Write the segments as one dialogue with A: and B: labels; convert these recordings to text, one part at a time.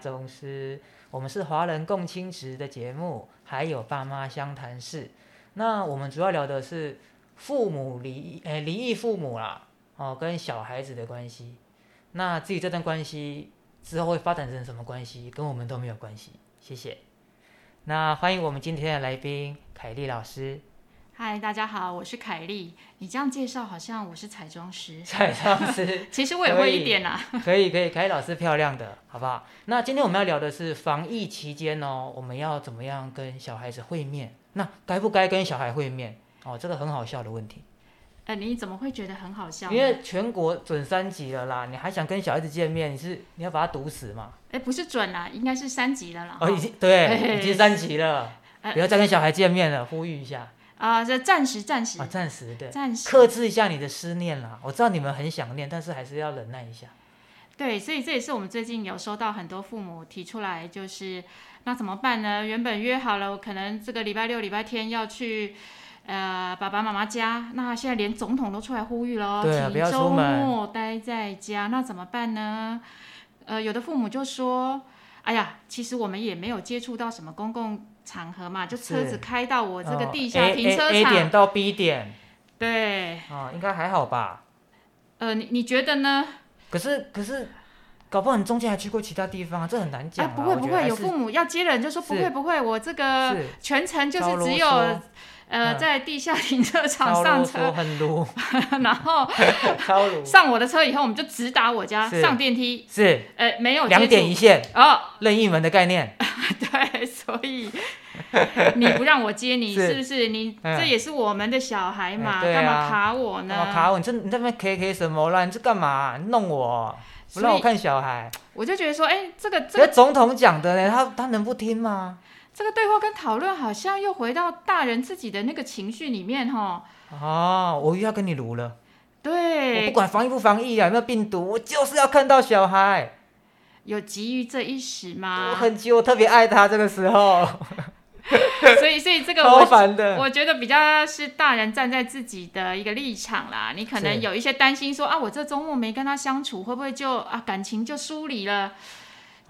A: 宗师，我们是华人共青值的节目，还有爸妈相谈室。那我们主要聊的是父母离呃离异父母啦，哦跟小孩子的关系。那至于这段关系之后会发展成什么关系，跟我们都没有关系。谢谢。那欢迎我们今天的来宾凯丽老师，
B: 嗨，大家好，我是凯莉。你这样介绍，好像我是彩妆师，
A: 蔡老师。
B: 其实我也
A: 可
B: 会
A: 以
B: 一点啊啦。
A: 可以可以，凯老师漂亮的，好不好？那今天我们要聊的是防疫期间哦，我们要怎么样跟小孩子会面？那该不该跟小孩会面？哦，这个很好笑的问题，
B: 呃，你怎么会觉得很好笑呢？
A: 因为全国准三级了啦，你还想跟小孩子见面，你是你要把他毒死 嘛？
B: 哎，不是准啦，应该是三级了啦。
A: 哦，已经对，
B: 嘿
A: 已经三级了，
B: 呃
A: 不要再跟小孩见面了，呼吁一下
B: 啊，这暂时暂时
A: 啊，暂时对，
B: 暂时
A: 克制一下你的思念啦。我知道你们很想念，但是还是要忍耐一下。
B: 对，所以这也是我们最近有收到很多父母提出来，就是那怎么办呢？原本约好了，可能这个礼拜六、礼拜天要去。呃，爸爸妈妈家，那现在连总统都出来呼吁喽，
A: 对啊不要
B: 请
A: 出
B: 周
A: 门
B: 末待在家，那怎么办呢？呃，有的父母就说，哎呀，其实我们也没有接触到什么公共场合嘛，就车
A: 是
B: 子开到我这个
A: 哦
B: 地下
A: A-
B: 停车
A: A A
B: 场，
A: 点到 B 点
B: 对，
A: 啊、哦应该还好吧？
B: 呃，你你觉得呢？
A: 可是可是，搞不好你中间还去过其他地方啊，这很难讲、
B: 啊
A: 啊，
B: 不会
A: 我觉
B: 不
A: 得还
B: 会，有
A: 是
B: 父母要接人就说不
A: 是
B: 会不会，我这个
A: 是
B: 全程就
A: 超
B: 是
A: 啰
B: 只
A: 嗦
B: 有呃
A: 嗯
B: 在地下停车场
A: 超
B: 上
A: 啰
B: 车
A: 嗦，，很 撸，
B: 然后
A: 超撸，
B: 上我的车以后，我们就直达我家，
A: 是
B: 上电梯，
A: 是
B: 呃，没有
A: 两
B: 接
A: 点
B: 触
A: 一线，
B: 哦，
A: 任意门的概念，
B: 对，所以 你不让我接你
A: 是
B: 是不是？你
A: 嗯
B: 这也是我们的小孩
A: 哎
B: 嘛，
A: 对
B: 干
A: 啊
B: 嘛卡我
A: 干嘛
B: 呢？
A: 卡我？你这你在那边 K K 什么啦？你这干嘛啊、你弄我？不
B: 所
A: 让我
B: 以
A: 看小孩，
B: 我就觉得说，哎，这个
A: 这
B: 这个
A: 总统讲的呢，他他能不听吗？
B: 这个对话跟讨论，好像又回到大人自己的那个情绪里面哈。
A: 哦，我又要跟你撸了，我
B: 对
A: 不，管防疫不防疫啊，有没有病毒，我就是要看到小孩，
B: 有急于这一时
A: 我
B: 吗？
A: 很急，我特别爱他，这个时候
B: 所以，所以这个
A: 超
B: 我
A: 烦的。
B: 我觉得比较是大人站在自己的一个立场啦，你可
A: 是
B: 能有一些担心说啊，我这周末没跟他相处，会不会就啊感情就疏离了？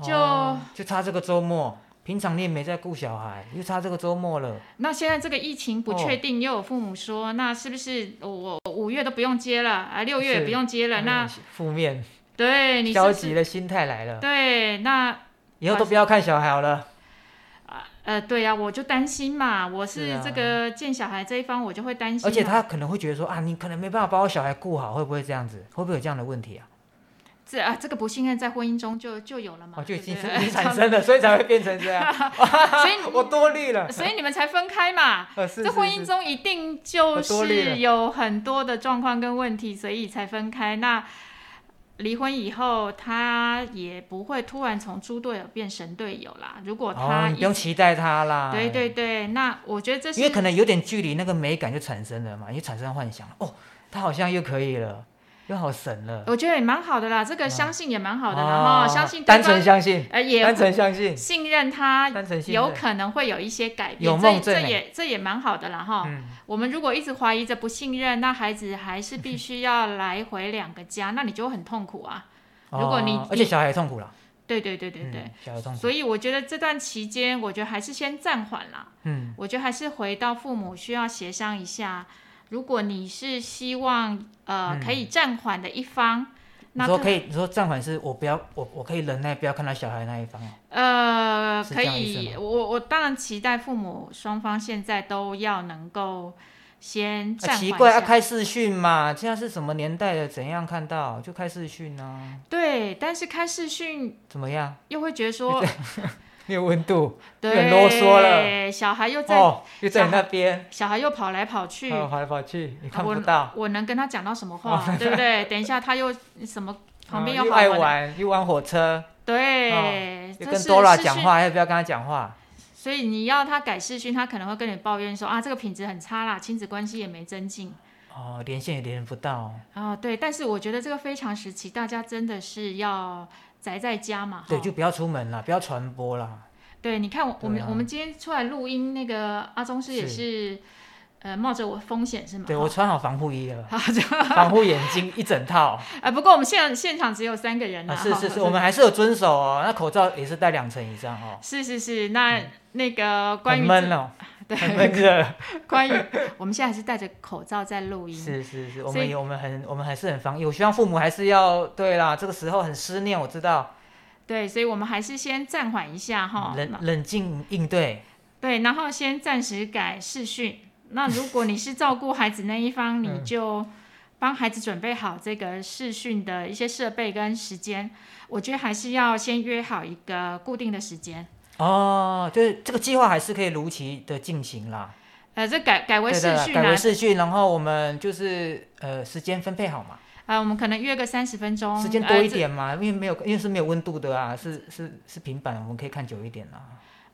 B: 就
A: 哦就差这个周末，平常你也没在顾小孩，又差这个周末了。
B: 那现在这个疫情不
A: 哦
B: 确定，又有父母说，那是不是我我我五月都不用接了啊，六月也
A: 是
B: 不用接了？那
A: 嗯负面、
B: 对你是
A: 消
B: 不是
A: 极的心态来了，
B: 对那
A: 以后都不要看小孩好了。
B: 呃对呀、啊，我就担心嘛，我
A: 是
B: 是
A: 啊
B: 这个见小孩这一方，我就会担心嘛，
A: 而且他可能会觉得说啊，你可能没办法把我小孩顾好，会不会这样子？会不会有这样的问题啊？
B: 这啊这个不信任在婚姻中就就有了嘛，
A: 哦，就已经
B: 对
A: 已
B: 不对
A: 经产生了， 所以才会变成这样。
B: 所以
A: 我多虑 了。
B: 所以你们才分开嘛。
A: 呃，是
B: 这
A: 是
B: 婚
A: 是
B: 姻中一定就
A: 很多例了
B: 是有很多的状况跟问题，所以才分开。那离婚以后，他也不会突然从猪队友变神队友啦。如果
A: 哦，
B: 他
A: 你
B: 一
A: 不用期待他啦。
B: 对对对，那我觉得这是
A: 因为可能有点距离，那个美感就产生了嘛，你就产生幻想了。哦，他好像又可以了，又好神了。
B: 我觉得也蛮好的啦，这
A: 嗯
B: 个相信也蛮好的
A: 哦
B: 啦，哈、相信对
A: 单纯
B: 方
A: 相信，
B: 呃
A: 单
B: 也
A: 纯相信，
B: 信任他。
A: 单纯信任
B: 有可能会有一些改
A: 有
B: 变，
A: 梦
B: 这
A: 最
B: 这
A: 美
B: 也这也蛮好的啦哈。
A: 嗯
B: 我们如果一直怀疑着不信任，那孩子还是必须要来回两个家，那你就会很痛苦啊。
A: 嗯哦
B: 如果你
A: 而且小孩也痛苦了，
B: 对对对对对
A: 嗯，，小孩痛苦，
B: 所以我觉得这段期间，我觉得还是先暂缓啦。
A: 嗯，
B: 我觉得还是回到父母需要协商一下。如果你是希望呃可以暂缓的一方，
A: 嗯你
B: 那
A: 说
B: 可
A: 可以，你说暂缓是我不要，我我可以忍耐，不要看到小孩那一方哦
B: 呃
A: 是
B: 可
A: 这样意思
B: 以，我我当然期待父母双方现在都要能够先
A: 啊
B: 暂缓
A: 奇
B: 一
A: 怪，要、
B: 下。
A: 开视讯嘛，现在是什么年代了？怎样看到就开视讯呢？
B: 对，但是开视讯
A: 怎么样？
B: 又会觉得 说，
A: 没有温度有点
B: 对，
A: 啰嗦了
B: 小孩又在，
A: 哦，又在你那边，
B: 小孩又跑来跑去，
A: 哦跑来跑去，你看
B: 我
A: 不到。
B: 我能跟他讲到什么话，对不对？等一下他又什么旁边
A: 嗯
B: 又
A: 又
B: 好
A: 爱
B: 玩的，
A: 玩，又玩火车，
B: 对，
A: 哦又
B: 这
A: 跟
B: 是
A: Dora
B: 视
A: 讲
B: 讯。
A: 话，还要不要跟他讲话？
B: 所以你要他改视讯，他可能会跟你抱怨说啊，这个品质很差啦，亲子关系也没增进
A: 哦，连线也连不到。
B: 啊、对，但是我觉得这个非常时期，大家真的是要宅在家嘛，
A: 对，
B: 哈
A: 就不要出门了，不要传播了。
B: 对。你看我我们、
A: 对啊
B: 我们今天出来录音，那个阿宗师也
A: 是
B: 是。呃冒着我风险是吗？
A: 对我穿好防护衣了，
B: 好，这
A: 防护眼镜一整套。
B: 啊，不过我们现现场只有三个人
A: 啊，
B: 啦，
A: 是
B: 哈
A: 是是，我们还是有遵守哦。那口罩也是戴两层以上哦。
B: 是是是，那、那个
A: 嗯很
B: 关于
A: 闷 哦，
B: 对
A: 很闷热。
B: 关于我们现在还是戴着口罩在录音，
A: 是是是，我
B: 所
A: 们
B: 以
A: 有我们很我们还是很防疫。我希望父母还是要对啦，这个时候很思念，我知道，
B: 对，所以我们还是先暂缓一下哈，
A: 冷冷静应对。
B: 对，然后先暂时改视讯。那如果你是照顾孩子那一方，
A: 嗯
B: 你就帮孩子准备好这个视讯的一些设备跟时间。我觉得还是要先约好一个固定的时间。
A: 哦，就是这个计划还是可以如期的进行啦，
B: 呃，这改改为
A: 对
B: 视
A: 的啦，
B: 讯
A: 改
B: 啊
A: 为，视讯，然后我们就是呃时间分配好嘛，
B: 呃，我们可能约个三十分钟，
A: 时间多一
B: 呃这
A: 点嘛，因为没有因为是没有温度的啊，是是是平板，我们可以看久一点啦。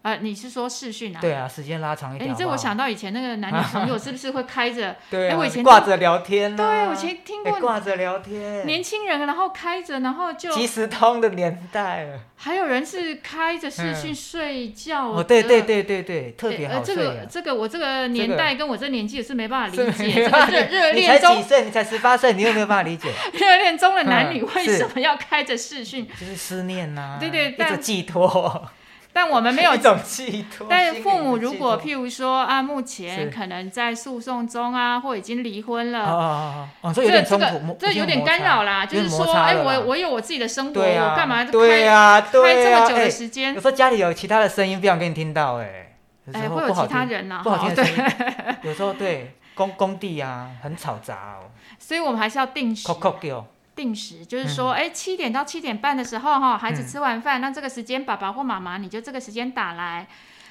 B: 呃，你是说视讯啊？
A: 对啊，时间拉长一
B: 哎，
A: 点
B: 你
A: 好不
B: 这
A: 好。
B: 我想到以前那个男女朋友是不是会 开着？
A: 对
B: 哎
A: 啊，
B: 我以前
A: 挂着聊天啊，
B: 对，我以前听
A: 哎
B: 过
A: 挂着聊天，
B: 年轻人，然后开着，然后就
A: 即时通的年代了。
B: 还有人是开着视讯
A: 嗯
B: 睡觉的。
A: 哦，对对对对对，特
B: 对
A: 别
B: 呃，
A: 好
B: 这
A: 睡
B: 个
A: 啊。
B: 这个我这个年代跟我这年纪也是没办法
A: 是
B: 理解，
A: 没
B: 这
A: 办
B: 个
A: 法
B: 热热
A: 你才
B: 恋
A: 几
B: 中
A: 岁？你才十八岁，你有没有办法理解？
B: 热恋中的男女
A: 嗯
B: 为
A: 是
B: 什么要开着视讯？
A: 就是思念呐、
B: 对对
A: 一
B: 但
A: 种寄托，
B: 但我们 没有
A: 一。种寄托。
B: 但
A: 心灵的
B: 父母如果
A: 寄
B: 譬如说啊，目
A: 是
B: 前可能在诉讼中啊，或已经离婚
A: 托哦
B: 了，
A: 哦哦哦哦，所以
B: 这
A: 有点
B: 个这
A: 冲突，
B: 个
A: 摩
B: 这有点干。扰啦。就
A: 有
B: 是
A: 点
B: 说
A: 摩，擦
B: 哎，
A: 了啦
B: 我我有我自己的生活，
A: 对啊，
B: 我干嘛
A: 对
B: 开
A: 啊，
B: 开这
A: 对啊，
B: 么久的
A: 哎
B: 时间
A: 有？时候家里有其他的声音不想给你听到、哎，有时
B: 哎，
A: 候
B: 会有
A: 不好
B: 其他
A: 听，
B: 人呐，哦
A: 不好
B: 哈
A: 听的
B: 对，
A: 声音。有时候对工工地啊，很嘈杂哦，
B: 所以我们还是要定时
A: 扣扣叫。
B: 定时，就是说，
A: 嗯
B: 哎、七点到七点半的时候，哈，孩子吃完饭，那这个时间爸爸或妈妈你就这个时间打来。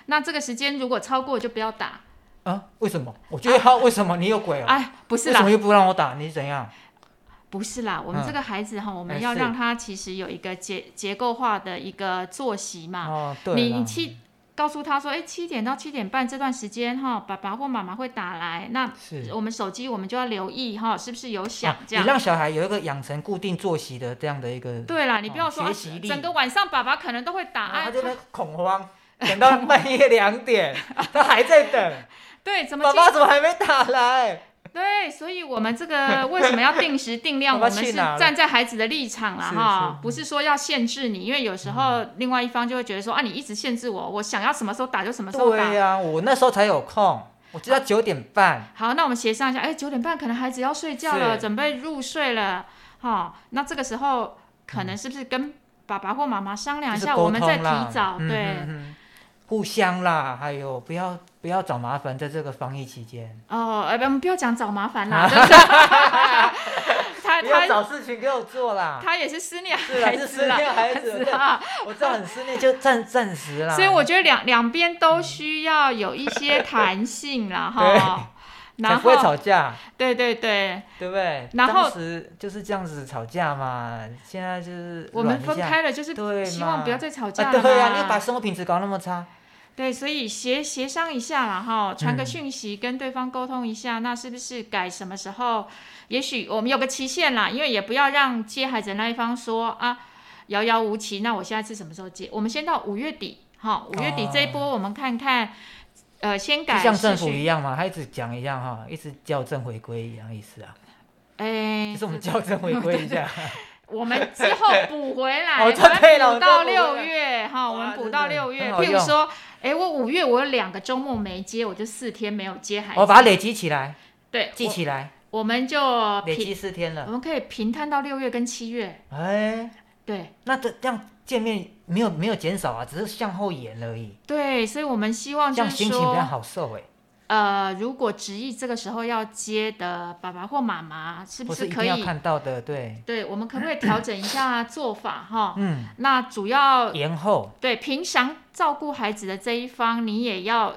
B: 那这个时间如果超过就不要打，
A: 啊？为什么？我觉得他为什么你有鬼哦？
B: 哎，不是
A: 为什么
B: 啦，
A: 又不让我打？你是怎样？
B: 不是啦，我们
A: 嗯
B: 这个孩子哈，我们
A: 哎
B: 要
A: 是
B: 让他其实有一个结结构化的一个作息嘛。
A: 哦，对
B: 啊你
A: 啦
B: 你七告诉他说，哎，七点到七点半这段时间哈，爸爸或妈妈会打来，那
A: 是
B: 我们手机我们就要留意哈，是不是有响
A: 啊
B: 这样
A: 你。让小孩有一个养成固定作息的这样的一个，
B: 对啦，你不要
A: 哦
B: 说、
A: 学
B: 啊
A: 习力
B: 整个晚上爸爸可能都会打，
A: 啊
B: 哎
A: 他，就会恐 慌，等到半夜两点，他还在等，
B: 对，怎么
A: 爸
B: 今
A: 爸怎么还没打来？
B: 对，所以我们这个为什么要定时 定量？我
A: 爸爸
B: 们是
A: 去哪了
B: 站在孩子的立场啦，
A: 是
B: 哈
A: 是，嗯
B: 不是说要限制你，因为有时候另外一方就会觉得说啊，你一直限制我，我想要什么时候打就什么时候
A: 对
B: 打。啊
A: 呀、我那时候才有空，我记得九点半，
B: 好，那我们协商一下，哎，九点半可能孩子要睡觉了，
A: 是
B: 准备入睡了，哈，那这个时候可能是不是跟爸爸或妈妈商量
A: 嗯就
B: 一
A: 是
B: 下，我
A: 沟
B: 们
A: 通
B: 再提
A: 啦，
B: 早
A: 嗯
B: 对
A: 嗯。嗯互相啦，还有不要不要找麻烦，在这个防疫期间，
B: 哦，哎，不我们不要讲找麻 烦啦，对不对？他
A: 不要
B: 哎他
A: 找事情给我做 啦。
B: 他也是思念
A: 是啦，
B: 孩
A: 是
B: 子
A: 思
B: 啦，
A: 念孩子，对
B: 啊。
A: 我知道很思念，就暂暂时啦。
B: 所以我觉得两两边都需要有一些弹性啦，
A: 嗯对
B: 哈。
A: 才
B: 然
A: 不会
B: 后，
A: 吵架。
B: 对对对，
A: 对不对？
B: 然后
A: 当时就是这样子吵架嘛，现在就是
B: 我们
A: 软一
B: 分
A: 下
B: 开了，就是
A: 对
B: 希望
A: 嘛
B: 不要再吵架
A: 啊，
B: 了
A: 对呀、你又
B: 嘛
A: 把生活品质搞那么差，
B: 对，所以协协商一下啦，哈，传个
A: 嗯
B: 讯息跟对方沟通一下，那是不是改什么时候？也许我们有个期限啦，因为也不要让接孩子的那一方说啊遥遥无期，那我下一次什么时候接？我们先到五月底，哈，五月底这一波我们看看，呃，先
A: 就
B: 改
A: 像
B: 视
A: 哦政府
B: 讯
A: 一样嘛，他一直讲一样哈，一直校正回归一样意思啊，
B: 哎
A: 就是我们校正回归一 下，
B: 我们之后补回 来，
A: 哦
B: 我
A: 对了
B: 们补到
A: 我们再补回
B: 六
A: 来
B: 月哈，我们
A: 哇
B: 补
A: 真
B: 到
A: 的
B: 六月。
A: 很好
B: 譬如
A: 用
B: 说，哎，我五月我有两个周末没接，我就四天没有接孩
A: 我
B: 子。
A: 把它累积起来，
B: 对，
A: 记
B: 我
A: 起来，
B: 我们就
A: 累
B: 平，
A: 积四天
B: 我
A: 了，
B: 们可以平摊到六月跟七月。
A: 哎，
B: 对
A: 那这这样见面没有没有减少啊，只是向后延而已，
B: 对，所以我们希望
A: 这
B: 就
A: 样
B: 是
A: 心情比较
B: 说，
A: 好受哎，
B: 呃，如果执意这个时候要接的爸爸或妈妈，是不
A: 不
B: 是
A: 一
B: 可
A: 定要
B: 以？
A: 看到的，对，
B: 对，我们可不可以调整一下做法哈？
A: 嗯，
B: 那主要
A: 延后
B: 对，平常照顾孩子的这一方，你也要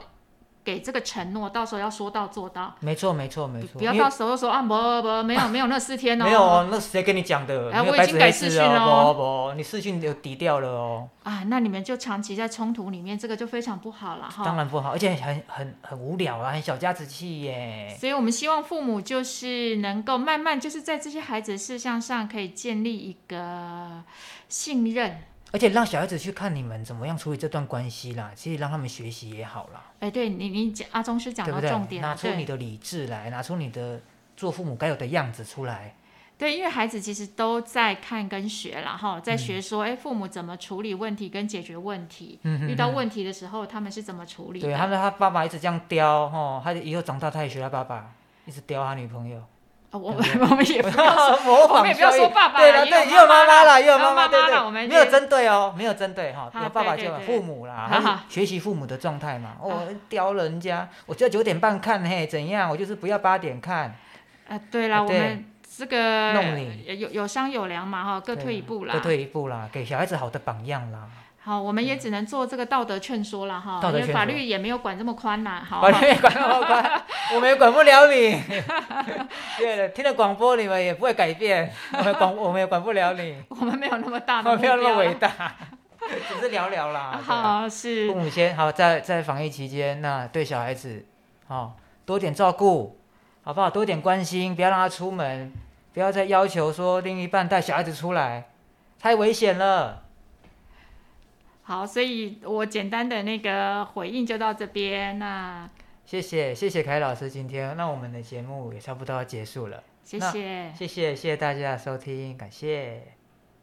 B: 给这个承诺，到时候要说到做到，
A: 没错没错没
B: 不
A: 错，
B: 不要
A: 因为
B: 到时候说啊，不不没有没有那四天哦，
A: 没有哦，那谁跟你讲的？
B: 哎
A: 没有
B: 我已
A: 白
B: 经
A: 纸
B: 改
A: 黑字
B: 视讯了哦
A: 哦，不不，你视讯有抵掉了哦，
B: 啊，那你们就长期在冲突里面，这个就非常不好了
A: 当
B: 哈。
A: 然不好，而且很很很无聊啊，很小家子气耶。
B: 所以，我们希望父母就是能够慢慢，就是在这些孩子的事项上，可以建立一个信任，
A: 而且让小孩子去看你们怎么样处理这段关系啦，其实让他们学习也好啦，
B: 哎，对你你讲阿宗师讲
A: 对不
B: 到
A: 对
B: 重？点
A: 拿
B: 了，
A: 出你
B: 对
A: 的理智来，拿出你的做父母该有的样子出来。
B: 对，因为孩子其实都在看跟学啦，哈，在
A: 嗯
B: 学说，哎，父母怎么处理问题跟解决问题，
A: 嗯
B: 遇到
A: 嗯嗯
B: 问题的时候他们是怎么处理的？
A: 对啊他们，他爸爸一直这样刁哦，他以后长大他也学他爸爸，一直刁他女朋友，
B: 啊我
A: 对
B: 我 们 也不要说
A: 模
B: 我
A: 仿
B: 们也不要
A: 效
B: 说
A: 应
B: 爸爸啦，
A: 对了，对，啊也有妈妈啦，
B: 啦，
A: 也有
B: 然后
A: 妈
B: 妈
A: 对
B: 啦，
A: 对，
B: 我们
A: 没有
B: 就
A: 针对哦，没有针对哈，
B: 啊
A: 有爸爸
B: 对
A: 就有
B: 对对
A: 父母啦，
B: 啊
A: 他是学习父母的状态嘛，
B: 啊
A: 哦，刁人家，我就要九点半看嘿，怎样？我就是不要八点看，
B: 啊，对啦，我
A: 对
B: 们这个
A: 弄你
B: 有有商有量嘛，哈，各
A: 对啊
B: 退一步啦，
A: 各退一步啦，给小孩子好的榜样啦，
B: 好，我们也只能做这个道德劝说了哈，
A: 道德
B: 因为
A: 劝
B: 法
A: 说
B: 律也没有管这么宽呐、好，
A: 管你也管我 管，我们也管不了你。对了，听了广播你们也不会改 变，我们管我们也管不了你，
B: 我们没有那么大的
A: 我
B: 目
A: 没有
B: 标
A: 那么伟
B: 啦。
A: 大，只是聊聊啦。对啊
B: 好，是
A: 父母先好，在在防疫期间，那对小孩子，哦，多点照顾，好不好？多点关心，不要让他出门，不要再要求说另一半带小孩子出来，太危险了。
B: 好，所以我简单的那个回应就到这边，那
A: 谢谢，谢谢凯老师今天，那我们的节目也差不多要结束了，
B: 谢
A: 那
B: 谢。
A: 谢谢，谢谢大家的收听，感谢。